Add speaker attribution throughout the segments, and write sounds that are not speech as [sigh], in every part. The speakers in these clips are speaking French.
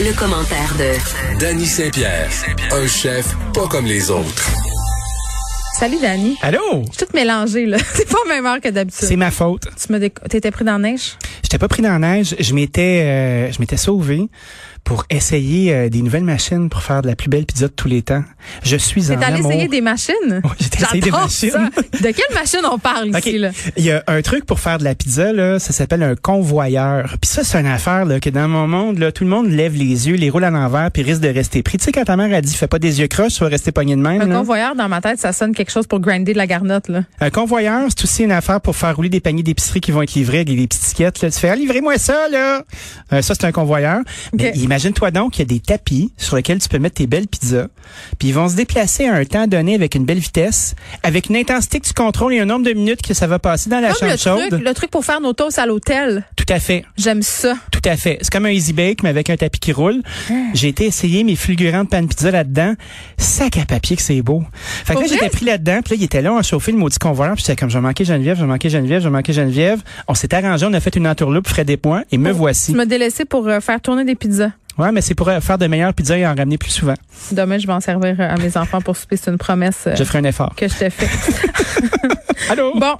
Speaker 1: Le, le commentaire de
Speaker 2: Danny Saint-Pierre, un chef pas comme les autres.
Speaker 3: Salut, Dani.
Speaker 4: Allô?
Speaker 3: Je suis toute mélangée, là. [laughs] C'est pas la même heure que d'habitude.
Speaker 4: C'est ma faute.
Speaker 3: Tu me déco- t'étais pris dans la neige?
Speaker 4: J'étais pas pris dans la neige. Je m'étais, euh, je m'étais sauvé pour essayer euh, des nouvelles machines pour faire de la plus belle pizza de tous les temps. Je suis
Speaker 3: T'es
Speaker 4: en
Speaker 3: allé
Speaker 4: amour. [laughs]
Speaker 3: essayer des machines?
Speaker 4: Oui, j'étais essayé des
Speaker 3: J'adore ça.
Speaker 4: machines.
Speaker 3: De quelle machine on parle
Speaker 4: [laughs] OK.
Speaker 3: ici, là?
Speaker 4: Il y a un truc pour faire de la pizza là, ça s'appelle un convoyeur. Puis ça c'est une affaire là que dans mon monde là, tout le monde lève les yeux, les roule à l'envers puis risque de rester pris. Tu sais quand ta mère a dit fais pas des yeux croches, tu vas rester pogné de même.
Speaker 3: Un
Speaker 4: là.
Speaker 3: convoyeur, dans ma tête, ça sonne quelque chose pour grinder de la garnotte, là.
Speaker 4: Un Euh, convoyeur, c'est aussi une affaire pour faire rouler des paniers d'épicerie qui vont être livrés avec des petites tickets. Là. Tu fais, ah, livrez-moi ça, là. Euh, ça, c'est un convoyeur. Mais
Speaker 3: Ok.
Speaker 4: imagine-toi donc qu'il y a des tapis sur lesquels tu peux mettre tes belles pizzas. Puis ils vont se déplacer à un temps donné avec une belle vitesse, avec une intensité que tu contrôles et un nombre de minutes que ça va passer dans la
Speaker 3: Comme
Speaker 4: chambre
Speaker 3: le
Speaker 4: chaude.
Speaker 3: truc, le truc pour faire nos toasts à l'hôtel.
Speaker 4: Tout à fait.
Speaker 3: J'aime ça.
Speaker 4: Tout à fait. C'est comme un easy bake, mais avec un tapis qui roule.
Speaker 3: Ah.
Speaker 4: J'ai été essayer mes fulgurants de panne pizza là-dedans. Sac à papier que c'est beau. Fait que
Speaker 3: Pour
Speaker 4: là,
Speaker 3: vrai?
Speaker 4: j'étais pris là-dedans, puis là, il était là, on a chauffé le maudit convoyeur, puis j'étais comme, je manquais Geneviève, je manquais Geneviève, je manquais Geneviève. On s'est arrangé, on a fait une entourloupe, frais des points, et me
Speaker 3: Tu
Speaker 4: voici.
Speaker 3: m'as délaissé pour euh, faire tourner des pizzas.
Speaker 4: Ouais, mais c'est pour euh, faire de meilleures pizzas et en ramener plus souvent.
Speaker 3: Demain, je vais en servir euh, à mes enfants pour souper. C'est une promesse euh,
Speaker 4: Je ferai un effort.
Speaker 3: que je te fais.
Speaker 4: [laughs] Allô?
Speaker 3: Bon,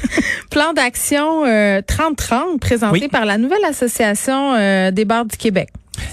Speaker 3: [laughs] plan d'action euh, 30-30 présenté
Speaker 4: Oui.
Speaker 3: par la nouvelle association euh, des bars du Québec.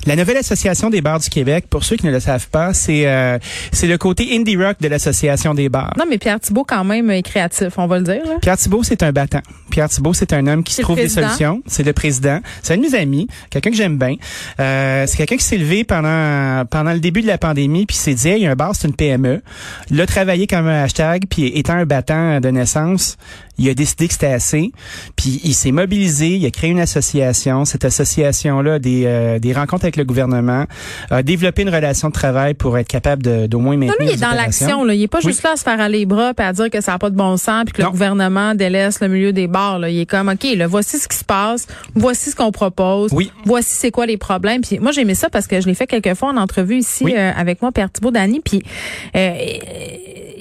Speaker 4: La nouvelle association des bars du Québec, pour ceux qui ne le savent pas, c'est euh, c'est le côté indie rock de l'association des bars.
Speaker 3: Non, mais Pierre Thibault, quand même, est créatif, on va le dire. Là.
Speaker 4: Pierre Thibault, c'est un battant. Pierre Thibault, c'est un homme qui
Speaker 3: C'est
Speaker 4: se
Speaker 3: le
Speaker 4: trouve des
Speaker 3: président.
Speaker 4: solutions. C'est le président. C'est un de mes amis, quelqu'un que j'aime bien. Euh, c'est quelqu'un qui s'est levé pendant pendant le début de la pandémie, puis s'est dit, Hey, il y a un bar, c'est une PME. L'a travaillé comme un hashtag, puis étant un battant de naissance, il a décidé que c'était assez. Puis il s'est mobilisé, il a créé une association. Cette association-là, a des, euh, des rencontres avec le gouvernement, a développé une relation de travail pour être capable de- d'au moins
Speaker 3: Non,
Speaker 4: maintenir
Speaker 3: lui, il est
Speaker 4: les
Speaker 3: dans
Speaker 4: opérations.
Speaker 3: l'action. Là. Il est pas
Speaker 4: Oui.
Speaker 3: juste là à se faire aller les bras et à dire que ça n'a pas de bon sens puis que le
Speaker 4: Non.
Speaker 3: gouvernement délaisse le milieu des bars. Là. Il est comme, OK, là, voici ce qui se passe, voici ce qu'on propose,
Speaker 4: Oui.
Speaker 3: voici c'est quoi les problèmes. Puis moi, j'ai aimé ça parce que je l'ai fait quelques fois en entrevue ici
Speaker 4: Oui.
Speaker 3: euh, avec moi, Pierre Thibault, Dani. Puis euh,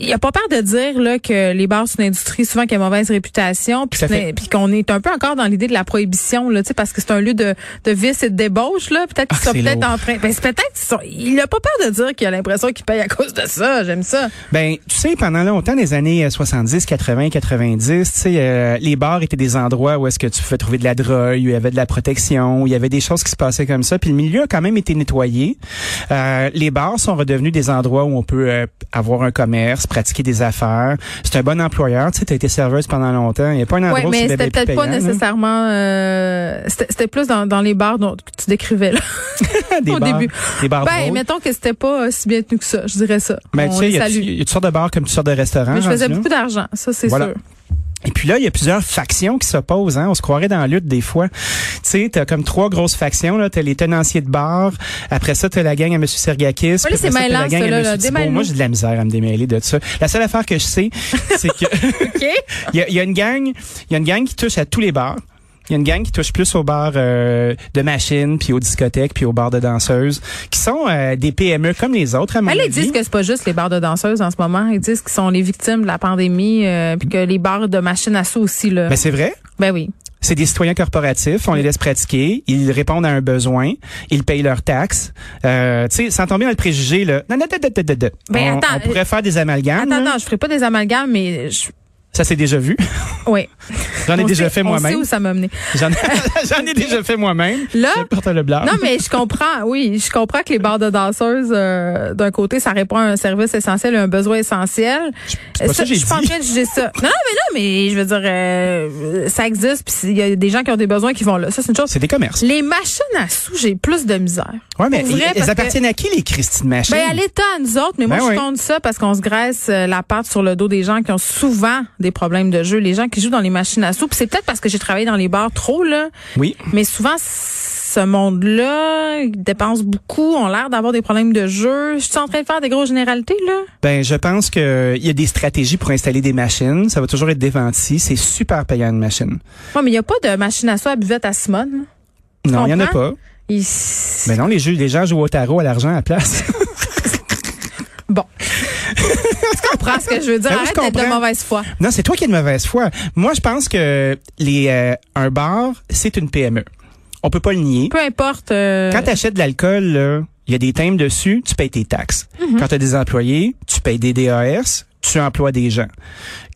Speaker 3: il a pas peur de dire là, que les bars, c'est une industrie souvent qui a mauvaise réputation puis
Speaker 4: Tout à
Speaker 3: c'est-
Speaker 4: fait.
Speaker 3: puis qu'on est un peu encore dans l'idée de la prohibition, là, tu sais, parce que c'est un lieu de, de vice et de débauche. Là. Peut-être
Speaker 4: Ah,
Speaker 3: qu'ils sont
Speaker 4: c'est
Speaker 3: peut-être
Speaker 4: lourd.
Speaker 3: en train... Ben, c'est peut-être qu'ils sont- Il a pas peur de dire qu'il a l'impression qu'il paye à cause de ça. J'aime ça.
Speaker 4: Ben, tu sais, pendant longtemps, les années euh, 70, 80, 90, tu sais, euh, les bars étaient des endroits où est-ce que tu pouvais trouver de la drogue, où il y avait de la protection, où il y avait des choses qui se passaient comme ça. Puis le milieu a quand même été nettoyé. Euh, les bars sont redevenus des endroits où on peut euh, avoir un commerce, pratiquer des affaires. C'est un bon employeur. Tu sais, t'as été serveuse pendant longtemps. Il n'y a pas un endroit
Speaker 3: Ouais,
Speaker 4: où
Speaker 3: mais
Speaker 4: c'est
Speaker 3: c'était
Speaker 4: bébé
Speaker 3: peut-être pas
Speaker 4: payant, là.
Speaker 3: nécessairement. euh, c'était c'était plus dans, dans les bars dont que tu décrivais là,
Speaker 4: [laughs] des
Speaker 3: au
Speaker 4: bars,
Speaker 3: début.
Speaker 4: Des bars
Speaker 3: Ben,
Speaker 4: drôles.
Speaker 3: mettons que c'était pas euh, si bien tenu que ça. Je dirais ça.
Speaker 4: Ben,
Speaker 3: On
Speaker 4: tu sais, il
Speaker 3: les
Speaker 4: y a
Speaker 3: salue.
Speaker 4: tu- il y a toutes sortes de bars comme toutes sortes de restaurants.
Speaker 3: mais je faisais
Speaker 4: rendu là.
Speaker 3: beaucoup d'argent, ça c'est
Speaker 4: Voilà. [laughs]
Speaker 3: sûr.
Speaker 4: Et puis là, il y a plusieurs factions qui s'opposent. Hein? On se croirait dans la lutte des fois. Tu sais, t'as comme trois grosses factions. Là, t'as les tenanciers de bar. Après ça, t'as la gang à M. Sergakis.
Speaker 3: là,
Speaker 4: puis
Speaker 3: c'est
Speaker 4: après ça, t'as
Speaker 3: mêlant,
Speaker 4: la gang
Speaker 3: ça,
Speaker 4: à
Speaker 3: là, là.
Speaker 4: M.
Speaker 3: Démêle-nous.
Speaker 4: Thibault. Moi, j'ai de la misère à me démêler de ça. La seule affaire que je sais, [laughs] c'est que
Speaker 3: Ok.
Speaker 4: il y a, il y a une gang, il y a une gang qui touche à tous les bars. Il y a une gang qui touche plus aux bars euh, de machines, puis aux discothèques, puis aux bars de danseuses, qui sont euh, des PME comme les autres à mon
Speaker 3: Mais là, ils
Speaker 4: avis.
Speaker 3: disent que c'est pas juste les bars de danseuses en ce moment. Ils disent qu'ils sont les victimes de la pandémie, euh, puis que les bars de machines à sous aussi là.
Speaker 4: Ben, c'est vrai.
Speaker 3: Ben oui.
Speaker 4: C'est des citoyens corporatifs, on les laisse pratiquer, ils répondent à un besoin, ils payent leurs taxes. Euh, tu sais, sans tomber dans le préjugé, là. Non, non, non, non, non, non, non.
Speaker 3: Ben,
Speaker 4: on,
Speaker 3: attends,
Speaker 4: on pourrait faire des amalgames.
Speaker 3: Attends,
Speaker 4: là.
Speaker 3: attends, je ferai pas des amalgames, mais je...
Speaker 4: Ça, c'est déjà vu. [laughs]
Speaker 3: ouais.
Speaker 4: J'en ai
Speaker 3: On sait-
Speaker 4: déjà fait
Speaker 3: On sait
Speaker 4: moi-même.
Speaker 3: où ça m'a mené. [laughs]
Speaker 4: J'en ai, j'en ai déjà fait moi-même.
Speaker 3: Là,
Speaker 4: Je porte le blanc.
Speaker 3: Non, mais je comprends, oui, je comprends que les bars de danseuses, euh, d'un côté, ça répond à un service essentiel, à un besoin essentiel. Euh,
Speaker 4: c'est pas ça que
Speaker 3: je
Speaker 4: j'ai
Speaker 3: suis pas en
Speaker 4: dit.
Speaker 3: train de juger ça. Non, non, mais non, mais je veux dire, euh, ça existe, puis il y a des gens qui ont des besoins qui vont là. Ça, c'est une chose.
Speaker 4: C'est des commerces.
Speaker 3: Les machines à sous, j'ai plus de misère.
Speaker 4: Ouais, mais
Speaker 3: Pour vrai,
Speaker 4: elles-
Speaker 3: parce
Speaker 4: elles
Speaker 3: que-
Speaker 4: appartiennent à qui, les Christine Machine?
Speaker 3: Ben, à l'État, à nous autres, mais moi,
Speaker 4: Ben
Speaker 3: je
Speaker 4: oui.
Speaker 3: compte ça parce qu'on se graisse euh, la patte sur le dos des gens qui ont souvent des problèmes de jeu, les gens qui jouent dans les machines à sous. Puis c'est peut-être parce que j'ai travaillé dans les bars trop, là.
Speaker 4: Oui.
Speaker 3: Mais souvent, ce monde-là il dépense beaucoup, ont l'air d'avoir des problèmes de jeu. Je suis en train de faire des grosses généralités, là.
Speaker 4: Ben, je pense que il y a des stratégies pour installer des machines. Ça va toujours être déventi. C'est super payant, une machine.
Speaker 3: Ouais, mais il n'y a pas de machine à soi à buvette à Simone.
Speaker 4: Non, il y en a
Speaker 3: comprends?
Speaker 4: pas.
Speaker 3: Il-
Speaker 4: Ben non, les, jeux, les gens jouent au tarot à l'argent à la place.
Speaker 3: Bon. [laughs] tu comprends ce que je veux dire?
Speaker 4: Ben oui,
Speaker 3: Arrête
Speaker 4: je
Speaker 3: d'être de
Speaker 4: comprends.
Speaker 3: mauvaise foi.
Speaker 4: Non, c'est toi qui as de mauvaise foi. Moi, je pense que les euh, un bar, c'est une PME. On peut pas le nier.
Speaker 3: Peu importe. euh,
Speaker 4: Quand tu achètes de l'alcool, là, il y a des thèmes dessus, tu payes tes taxes. Quand tu as des employés, tu payes des DAS, tu emploies des gens.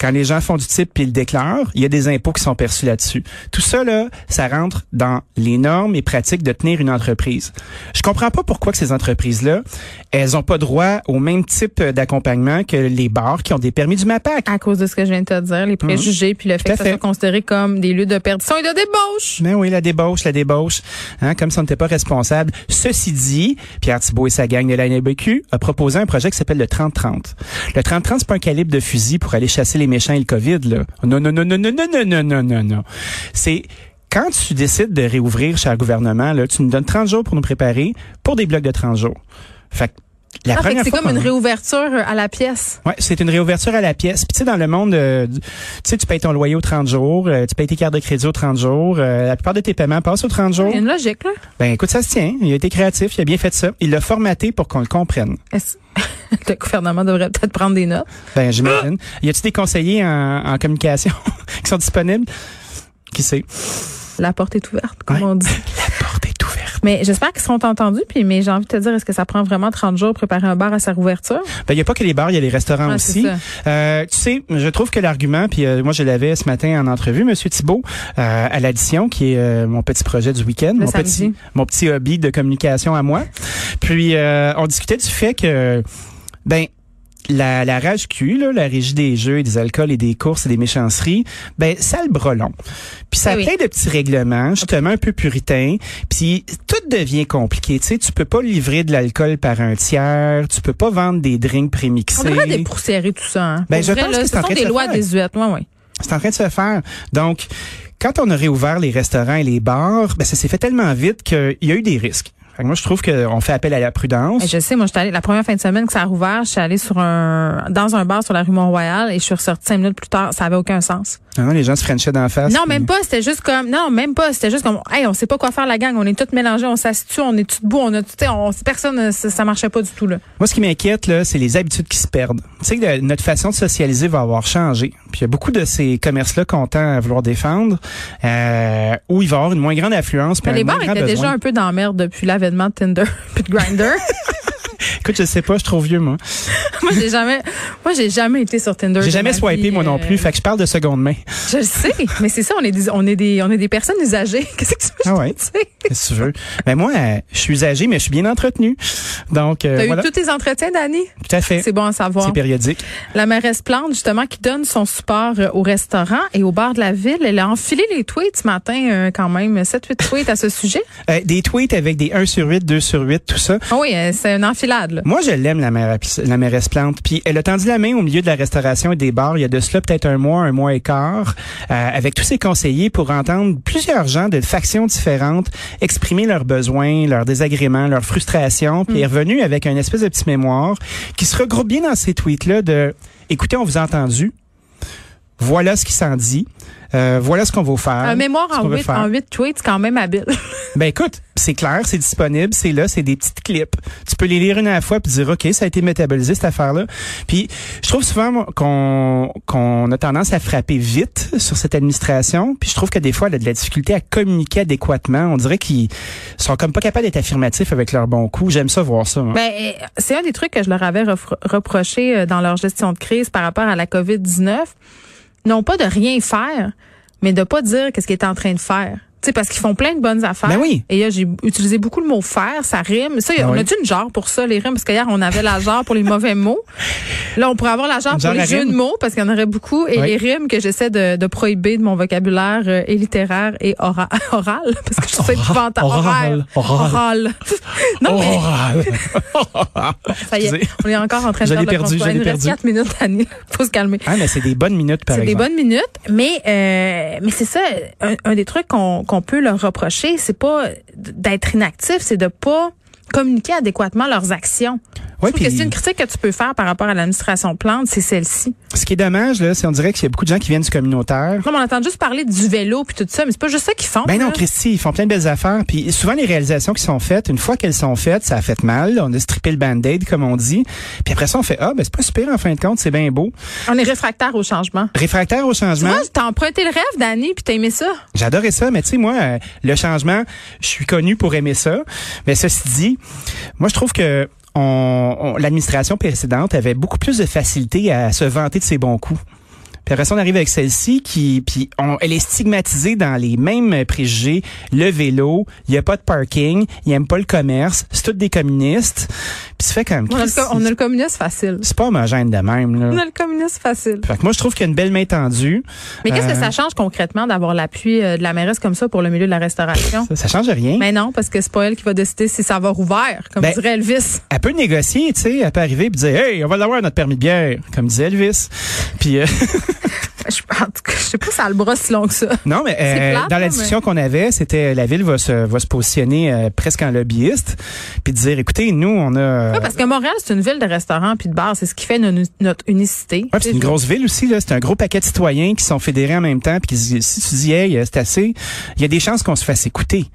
Speaker 4: Quand les gens font du type puis ils le déclarent, il y a des impôts qui sont perçus là-dessus. Tout ça, là, ça rentre dans les normes et pratiques de tenir une entreprise. Je comprends pas pourquoi que ces entreprises-là, elles ont pas droit au même type euh, d'accompagnement que les bars qui ont des permis du MAPAC.
Speaker 3: à cause de ce que je viens de te dire, les préjugés, puis le fait
Speaker 4: Mhm. Tout à
Speaker 3: que ça
Speaker 4: fait.
Speaker 3: soit considéré comme des lieux de perdition et de débauche.
Speaker 4: Mais oui, la débauche, la débauche. Hein, comme si on n'était pas responsable. Ceci dit, Pierre Thibault et sa gang de la NBQ a proposé un projet qui s'appelle le 30-30. Le 30-30, c'est pas un calibre de fusil pour aller chasser les méchants et le COVID, là. Non, non, non, non, non, non, non, non, non, non, non. C'est quand tu décides de réouvrir, cher gouvernement, là, tu nous donnes 30 jours pour nous préparer pour des blocs de 30 jours. Fait que la
Speaker 3: Ah, fait que
Speaker 4: première
Speaker 3: c'est
Speaker 4: fois
Speaker 3: comme
Speaker 4: qu'on-
Speaker 3: une réouverture euh, à la pièce.
Speaker 4: Ouais, c'est une réouverture à la pièce. Puis tu sais dans le monde euh, du- tu sais tu payes ton loyer aux 30 jours, euh, tu payes tes cartes de crédit aux 30 jours, euh, la plupart de tes paiements passent aux 30 jours.
Speaker 3: Il y a une logique, là.
Speaker 4: Ben écoute, ça se tient, il a été créatif, il a bien fait ça, il l'a formaté pour qu'on le comprenne.
Speaker 3: Est-ce- [laughs] le gouvernement devrait peut-être prendre des notes.
Speaker 4: Ben j'imagine. Y a-t-il des conseillers en, en communication [laughs] qui sont disponibles Qui sait
Speaker 3: La porte est ouverte, comme
Speaker 4: Ouais.
Speaker 3: on dit.
Speaker 4: La porte est ouverte.
Speaker 3: Mais j'espère qu'ils seront entendus. Puis, mais j'ai envie de te dire, est-ce que ça prend vraiment 30 jours préparer un bar à sa réouverture?
Speaker 4: Ben y a pas que les bars, il y a les restaurants
Speaker 3: Ah, c'est
Speaker 4: aussi.
Speaker 3: ça.
Speaker 4: Euh, tu sais, je trouve que l'argument, puis euh, moi je l'avais ce matin en entrevue, Monsieur Thibault, euh, à l'addition, qui est euh, mon petit projet du week-end,
Speaker 3: Le
Speaker 4: mon petit,
Speaker 3: samedi.
Speaker 4: mon petit hobby de communication à moi. Puis euh, on discutait du fait que, ben la, la RAGQ, là, la Régie des jeux et des alcools et des courses et des méchanceries, ben ça le brelon. Puis ça a
Speaker 3: Eh oui.
Speaker 4: plein de petits règlements, justement un peu puritain. Puis tout devient compliqué. Tu sais, tu peux pas livrer de l'alcool par un tiers, tu peux pas vendre des drinks prémixés.
Speaker 3: On devrait dépoussiérer tout ça. Hein.
Speaker 4: Ben,
Speaker 3: Pour
Speaker 4: je
Speaker 3: là,
Speaker 4: pense que c'est en
Speaker 3: ce sont
Speaker 4: train de
Speaker 3: des
Speaker 4: se
Speaker 3: lois
Speaker 4: faire.
Speaker 3: désuètes. Ouais, ouais.
Speaker 4: C'est en train de se faire. Donc, quand on a réouvert les restaurants et les bars, ben, ça s'est fait tellement vite qu'il y a eu des risques. Fait que moi, je trouve qu'on fait appel à la
Speaker 3: Ben,
Speaker 4: prudence.
Speaker 3: je sais, moi, j'étais allée, la première fin de semaine que ça a rouvert, je suis allée sur un, dans un bar sur la rue Mont-Royal et je suis ressortie cinq minutes plus tard. Ça avait aucun sens.
Speaker 4: Non, non, les gens se frenchaient d'en face.
Speaker 3: Non,
Speaker 4: puis-
Speaker 3: même pas. C'était juste comme, non, même pas. C'était juste comme, hey, on sait pas quoi faire la gang. On est toutes mélangées, on s'assitue, on est toutes debout, on a tout, tu sais, on, personne, euh, ça, ça marchait pas du tout, là.
Speaker 4: Moi, ce qui m'inquiète, là, c'est les habitudes qui se perdent. Tu sais que la- notre façon de socialiser va avoir changé. Puis il y a beaucoup de ces commerces-là qu'on tend à vouloir défendre, euh, où il va y avoir une moins grande affluence.
Speaker 3: Mais
Speaker 4: puis Ben, un
Speaker 3: les
Speaker 4: moins
Speaker 3: bars
Speaker 4: grand
Speaker 3: étaient déjà
Speaker 4: besoin.
Speaker 3: un peu dans la merde depuis l'avènement de Tinder [laughs] puis de Grindr.
Speaker 4: Écoute, je sais pas, je suis trop vieux, moi.
Speaker 3: moi, j'ai jamais, moi, j'ai jamais été sur Tinder.
Speaker 4: J'ai
Speaker 3: de
Speaker 4: jamais
Speaker 3: ma
Speaker 4: swipé,
Speaker 3: vie,
Speaker 4: moi non
Speaker 3: euh,
Speaker 4: plus. Fait que je parle de seconde main. [laughs]
Speaker 3: Je le sais, mais c'est ça, on est des, on est des, on est des personnes usagées. [laughs] Qu'est-ce que tu veux que je
Speaker 4: Ah
Speaker 3: te
Speaker 4: ouais.
Speaker 3: dise?
Speaker 4: Qu'est-ce que tu veux? Ben moi, euh, je suis usagé, mais je suis bien entretenu. Donc, euh,
Speaker 3: T'as
Speaker 4: voilà,
Speaker 3: eu tous tes entretiens, Dani?
Speaker 4: tout à fait.
Speaker 3: C'est bon à savoir.
Speaker 4: C'est périodique.
Speaker 3: La mairesse Plante, justement, qui donne son support euh, au restaurant et au bar de la ville, elle a enfilé les tweets ce matin, euh, quand même, 7-8 tweets à ce sujet.
Speaker 4: Euh, des tweets avec des 1 sur 8, 2 sur 8, tout ça.
Speaker 3: Ah oui, euh, c'est une enfilade, là.
Speaker 4: Moi, je l'aime, la, maire- la mairesse Plante. Puis elle a tendu la main au milieu de la restauration et des bars il y a de cela peut-être un mois, un mois et quart, euh, avec tous ses conseillers pour entendre plusieurs gens de factions différentes exprimer leurs besoins, leurs désagréments, leurs frustrations.
Speaker 3: Mm.
Speaker 4: Puis elle est revenue avec un espèce de petit mémoire qui se regroupe bien dans ces tweets-là de « Écoutez, on vous a entendu. Voilà ce qui s'en dit. Euh, voilà ce qu'on va faire.
Speaker 3: Un mémoire
Speaker 4: ce
Speaker 3: en
Speaker 4: qu'on veut
Speaker 3: 8,
Speaker 4: faire.
Speaker 3: en huit tweets, c'est quand même habile.
Speaker 4: Ben écoute, c'est clair, c'est disponible, c'est là, c'est des petites clips. Tu peux les lire une à la fois puis dire ok, ça a été métabolisé cette affaire-là. Puis je trouve souvent moi, qu'on qu'on a tendance à frapper vite sur cette administration. Puis je trouve que des fois, elle a de la difficulté à communiquer adéquatement. On dirait qu'ils sont comme pas capables d'être affirmatifs avec leur bon coup. J'aime ça voir ça. hein.
Speaker 3: Ben, euh, c'est un des trucs que je leur avais refro- reproché euh, dans leur gestion de crise par rapport à la COVID-19. Non pas de rien faire, mais de pas dire qu'est-ce qu'ils étaient en train de faire. Tu sais, parce qu'ils font plein de bonnes affaires.
Speaker 4: Ben oui.
Speaker 3: Et là, j'ai utilisé beaucoup le mot faire, ça rime. Ça, y a-
Speaker 4: Ben
Speaker 3: on
Speaker 4: oui.
Speaker 3: a-tu une genre pour ça, les rimes? Parce qu'hier, on avait la genre pour les mauvais mots. Là, on pourrait avoir la genre
Speaker 4: Une
Speaker 3: pour
Speaker 4: genre
Speaker 3: les
Speaker 4: à
Speaker 3: jeux
Speaker 4: rimes.
Speaker 3: de mots, parce qu'il y en aurait beaucoup. Et
Speaker 4: Oui.
Speaker 3: les rimes que j'essaie de, de prohiber de mon vocabulaire euh, et littéraire et ora- [laughs] oral, parce que je trouve ça épouvantable.
Speaker 4: Oral,
Speaker 3: Oral.
Speaker 4: oral.
Speaker 3: Oral. [laughs] non, mais- [laughs]
Speaker 4: Oral. Ah,
Speaker 3: ça y est,
Speaker 4: Excusez.
Speaker 3: on est encore en train de
Speaker 4: Je
Speaker 3: faire
Speaker 4: l'ai
Speaker 3: le
Speaker 4: perdu,
Speaker 3: contrôle.
Speaker 4: je
Speaker 3: Il nous
Speaker 4: l'ai
Speaker 3: reste
Speaker 4: perdu.
Speaker 3: 4 minutes, [laughs] Annie. Faut se calmer.
Speaker 4: Ah, mais c'est des bonnes minutes par
Speaker 3: C'est des
Speaker 4: exemple.
Speaker 3: bonnes minutes, mais euh, mais c'est ça un, un des trucs qu'on qu'on peut leur reprocher, c'est pas d'être inactif, c'est de pas communiquer adéquatement leurs actions. Je trouve que c'est une critique que tu peux faire par rapport à l'administration Plante, c'est celle-ci.
Speaker 4: Ce qui est dommage, là, c'est on dirait qu'il y a beaucoup de gens qui viennent du communautaire.
Speaker 3: Non, mais on entend juste parler du vélo puis tout ça, mais c'est pas juste ça qu'ils font.
Speaker 4: Ben non,
Speaker 3: là.
Speaker 4: Christy, ils font plein de belles affaires. Puis souvent, les réalisations qui sont faites, une fois qu'elles sont faites, ça a fait mal. On a strippé le band-aid, comme on dit. Puis après ça, on fait, ah, ben c'est pas super en fin de compte, c'est bien beau.
Speaker 3: On est réfractaire au changement.
Speaker 4: Réfractaire au
Speaker 3: Tu
Speaker 4: changement.
Speaker 3: vois, t'as emprunté le rêve, Dani, puis t'as aimé ça.
Speaker 4: J'adorais ça, mais tu sais, moi, euh, le changement, je suis connu pour aimer ça. Mais ceci dit, moi, je trouve que on, on- l'administration précédente avait beaucoup plus de facilité à se vanter de ses bons coups. Puis après ça, on arrive avec celle-ci qui, puis on- elle est stigmatisée dans les mêmes préjugés. Le vélo, il n'y a pas de parking, il aime pas le commerce, c'est tous des communistes. Puis ça fait comme,
Speaker 3: On a le,
Speaker 4: Christ,
Speaker 3: co- on a le communiste facile.
Speaker 4: c'est pas homogène de même,
Speaker 3: On
Speaker 4: là.
Speaker 3: a le communiste facile.
Speaker 4: Fait que moi, je trouve qu'il y a une belle main tendue.
Speaker 3: Mais qu'est-ce que
Speaker 4: Euh,
Speaker 3: ça change concrètement d'avoir l'appui euh, de la mairesse comme ça pour le milieu de la restauration?
Speaker 4: ça, ça change rien.
Speaker 3: Mais non, parce que c'est pas elle qui va décider si ça va rouvert, comme
Speaker 4: Ben-
Speaker 3: dirait Elvis.
Speaker 4: elle peut négocier, tu sais, elle peut arriver et dire Hey, on va l'avoir notre permis de bière, comme disait Elvis. [laughs] Puis euh,
Speaker 3: Je, en tout cas, je sais pas si ça a le bras si long que ça.
Speaker 4: non, mais
Speaker 3: C'est
Speaker 4: euh,
Speaker 3: plate,
Speaker 4: dans
Speaker 3: là,
Speaker 4: la discussion qu'on avait, c'était la ville va se va se positionner euh, presque en lobbyiste, puis dire écoutez, nous on a
Speaker 3: Ouais, parce que Montréal, c'est une ville de restaurants puis de bars. C'est ce qui fait no- notre unicité.
Speaker 4: Ouais, puis c'est une grosse ville aussi là, c'est un gros paquet de citoyens qui sont fédérés en même temps, puis qui se disent, si tu dis hey, euh, c'est assez, il y a des chances qu'on se fasse écouter.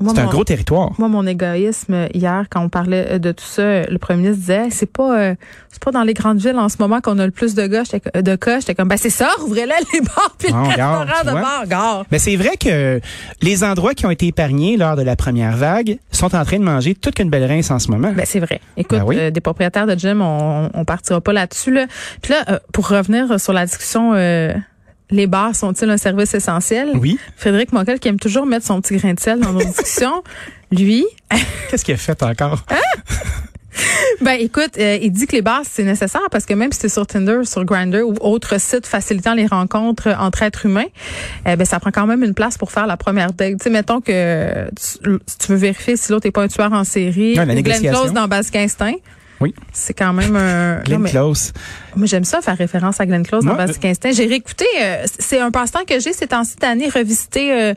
Speaker 3: Moi,
Speaker 4: c'est un
Speaker 3: mon-
Speaker 4: gros territoire.
Speaker 3: Moi, mon égoïsme, hier, quand on parlait euh, de tout ça, euh, le premier ministre disait, Hey, c'est pas, euh, c'est pas dans les grandes villes en ce moment qu'on a le plus de gars. J'étais co- euh, de cas. J'étais comme, ben, c'est ça, ouvrez-les, les bars puis
Speaker 4: Bon,
Speaker 3: le
Speaker 4: Ah, regarde,
Speaker 3: restaurant
Speaker 4: tu
Speaker 3: de
Speaker 4: vois.
Speaker 3: bars, gare.
Speaker 4: Mais c'est vrai que les endroits qui ont été épargnés lors de la première vague sont en train de manger toute une belle rince en ce moment.
Speaker 3: Ben, c'est vrai. Écoute,
Speaker 4: Ben oui.
Speaker 3: euh, des propriétaires de gym, on, on partira pas là-dessus. Là. Puis là, euh, pour revenir sur la discussion, euh, les bars sont-ils un service essentiel?
Speaker 4: oui.
Speaker 3: Frédéric Moncel, qui aime toujours mettre son petit grain de sel dans nos discussions, [laughs] lui,
Speaker 4: Qu'est-ce qu'il a fait encore?
Speaker 3: Ah, ben écoute, euh, il dit que les bars, c'est nécessaire parce que même si c'est sur Tinder, sur Grindr ou autre site facilitant les rencontres euh, entre êtres humains, eh ben ça prend quand même une place pour faire la première date. Tu sais, mettons que euh, tu, si tu veux vérifier si l'autre est pas un tueur en série,
Speaker 4: Ouais, la
Speaker 3: ou Glenn
Speaker 4: négociation.
Speaker 3: Close dans Basque-Instinct.
Speaker 4: Oui.
Speaker 3: C'est quand même un...
Speaker 4: Glenn
Speaker 3: Non, mais-
Speaker 4: Close.
Speaker 3: Moi, j'aime ça faire référence à Glenn Close dans
Speaker 4: Moi, euh,
Speaker 3: Basic Instinct. J'ai réécouté, euh, c'est un passe-temps que j'ai ces temps-ci d'année, revisiter euh,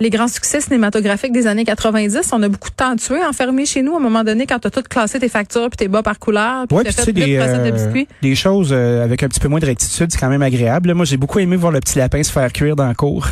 Speaker 3: les grands succès cinématographiques des années 90. On a beaucoup de temps tué enfermé chez nous à un moment donné quand t'as tout classé tes factures puis tes bas par couleur puis
Speaker 4: Ouais,
Speaker 3: t'as
Speaker 4: puis
Speaker 3: fait
Speaker 4: tu sais,
Speaker 3: plein
Speaker 4: des,
Speaker 3: de recettes de
Speaker 4: euh,
Speaker 3: biscuits.
Speaker 4: des choses euh, avec un petit peu moins de rectitude, c'est quand même agréable. Moi, j'ai beaucoup aimé voir le petit lapin se faire cuire dans la cour.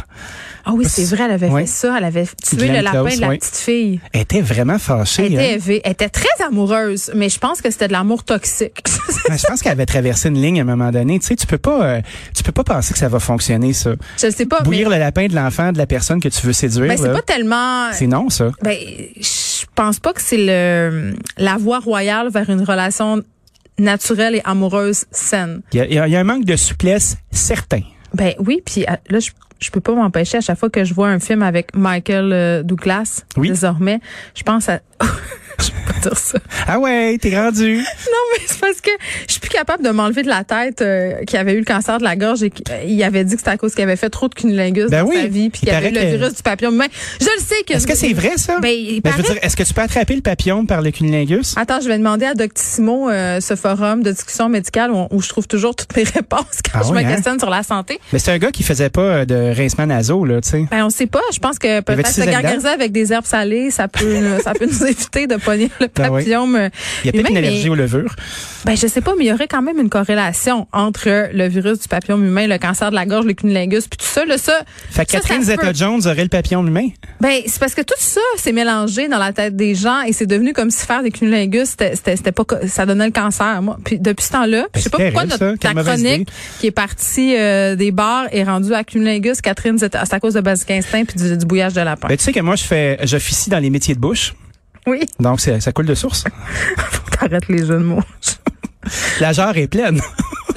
Speaker 3: Ah oui, c'est vrai, elle avait
Speaker 4: Ouais.
Speaker 3: fait ça. Elle avait tué
Speaker 4: Glenn
Speaker 3: le lapin
Speaker 4: Close,
Speaker 3: de la
Speaker 4: ouais.
Speaker 3: petite fille.
Speaker 4: Elle était vraiment fâchée.
Speaker 3: Elle était,
Speaker 4: hein.
Speaker 3: élevée. Elle était très amoureuse, mais je pense que c'était de l'amour toxique. [laughs]
Speaker 4: Ouais, Je pense qu'elle avait traversé une ligne à un moment donné. Tu sais, tu peux pas, euh, tu peux pas penser que ça va fonctionner, ça.
Speaker 3: je ne sais pas, mais
Speaker 4: Bouillir le lapin de l'enfant, de la personne que tu veux séduire,
Speaker 3: ben, c'est
Speaker 4: là,
Speaker 3: pas tellement...
Speaker 4: c'est non, ça.
Speaker 3: Ben, je pense pas que c'est le la voie royale vers une relation naturelle et amoureuse saine.
Speaker 4: Il y a- il y, a- il y a un manque de souplesse certain.
Speaker 3: Ben oui, puis à- là je je peux pas m'empêcher à chaque fois que je vois un film avec Michael euh, Douglas
Speaker 4: Oui.
Speaker 3: désormais, je pense à [laughs] je peux pas dire ça.
Speaker 4: Ah ouais, t'es rendu.
Speaker 3: Non, mais c'est parce que je suis plus capable de m'enlever de la tête euh, qu'il avait eu le cancer de la gorge et qu'il euh, il avait dit que c'était à cause qu'il avait fait trop de cunnilingus
Speaker 4: Ben
Speaker 3: dans
Speaker 4: oui.
Speaker 3: sa vie puis
Speaker 4: Il
Speaker 3: qu'il avait eu le
Speaker 4: paraît que-
Speaker 3: virus du papillon. Mais je le sais que
Speaker 4: Est-ce que c'est vrai, ça?
Speaker 3: Ben, il
Speaker 4: Ben, je
Speaker 3: paraît-
Speaker 4: veux
Speaker 3: Ah.
Speaker 4: dire, est-ce que tu peux attraper le papillon par le cunnilingus?
Speaker 3: [laughs] Attends, je vais demander à Doctissimo euh, ce forum de discussion médicale où, où je trouve toujours toutes mes [laughs] réponses quand
Speaker 4: Ah
Speaker 3: je
Speaker 4: oui,
Speaker 3: me
Speaker 4: hein?
Speaker 3: questionne sur la santé.
Speaker 4: Mais c'est un gars qui faisait pas euh, de rincement nasaux, là, tu sais.
Speaker 3: Ben on sait pas, je pense que
Speaker 4: avait-tu
Speaker 3: peut-être se
Speaker 4: ses ailes
Speaker 3: gargariser avec des herbes salées, ça peut [laughs] euh, ça peut nous éviter de pogner le
Speaker 4: Ben oui.
Speaker 3: papillome. euh,
Speaker 4: Il y a
Speaker 3: humain,
Speaker 4: peut-être une
Speaker 3: mais-
Speaker 4: allergie aux levures.
Speaker 3: Ben je sais pas, mais il y aurait quand même une corrélation entre le virus du papillon humain, le cancer de la gorge, le cunnilingus, puis tout ça là ça.
Speaker 4: Fait que
Speaker 3: ça,
Speaker 4: Catherine
Speaker 3: ça se peut.
Speaker 4: Zeta-Jones aurait le papillon humain.
Speaker 3: Ben c'est parce que tout ça s'est mélangé dans la tête des gens et c'est devenu comme si faire des cunnilingus c'était c'était c'était pas co- ça donnait le cancer moi. Puis depuis ce temps-là, je sais
Speaker 4: Ben, c'est
Speaker 3: pas pourquoi
Speaker 4: terrible,
Speaker 3: notre
Speaker 4: ça.
Speaker 3: ta
Speaker 4: Quelle mauvaise idée.
Speaker 3: chronique qui est partie euh, des bars et rendue à cunnilingus, Catherine Zeta- c'est à cause de Basic Instinct puis du, du bouillage de lapin.
Speaker 4: Ben, tu sais que moi, je fais, j'officie dans les métiers de bouche.
Speaker 3: Oui,
Speaker 4: Donc, c'est- ça coule de source.
Speaker 3: t'arrêtes les jeux de mots.
Speaker 4: La jarre est pleine.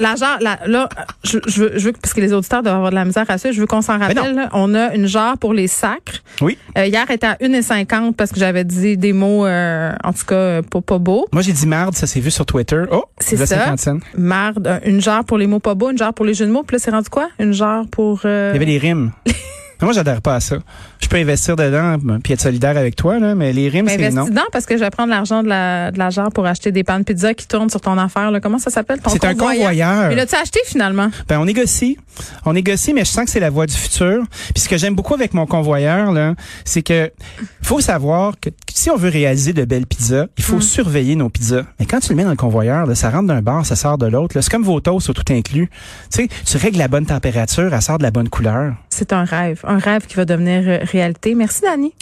Speaker 3: La genre, la- là, je, je veux, je veux que- parce que les auditeurs doivent avoir de la misère à ça, je veux qu'on s'en
Speaker 4: Ben non.
Speaker 3: rappelle. là. on a une jarre pour les sacres.
Speaker 4: Oui.
Speaker 3: Euh, hier, elle était à 1,50 parce que j'avais dit des mots, euh, en tout cas, euh, pas, pas beaux.
Speaker 4: Moi, j'ai dit marde, ça s'est vu sur Twitter. Oh,
Speaker 3: C'est
Speaker 4: la
Speaker 3: ça.
Speaker 4: cinquantaine.
Speaker 3: Marde, un- une jarre pour les mots pas beaux, une jarre pour les jeux de mots. Puis là, c'est rendu quoi? Une jarre pour... euh, [laughs]
Speaker 4: Il y avait des rimes. Mais moi, j'adhère pas à ça. Je peux investir dedans euh, puis être solidaire avec toi, là, mais les rimes,
Speaker 3: Ben,
Speaker 4: c'est non.
Speaker 3: investis dedans parce que je vais prendre l'argent de la, de la jarre pour acheter des pains de pizza qui tournent sur ton affaire. Là. Comment ça s'appelle? ton
Speaker 4: C'est un convoyeur.
Speaker 3: Mais l'as-tu acheté finalement?
Speaker 4: Ben, on négocie. On négocie, mais je sens que c'est la voie du futur. Puis ce que j'aime beaucoup avec mon convoyeur, là, c'est que faut savoir que si on veut réaliser de belles pizzas, il faut surveiller nos pizzas. Mais quand tu le mets dans le convoyeur, là, ça rentre d'un bar, ça sort de l'autre. là. C'est comme vos toasts au tout inclus. Tu sais, tu règles la bonne température, elle sort de la bonne couleur.
Speaker 3: C'est un rêve. Un rêve qui va devenir euh, réalité. Merci, Dani.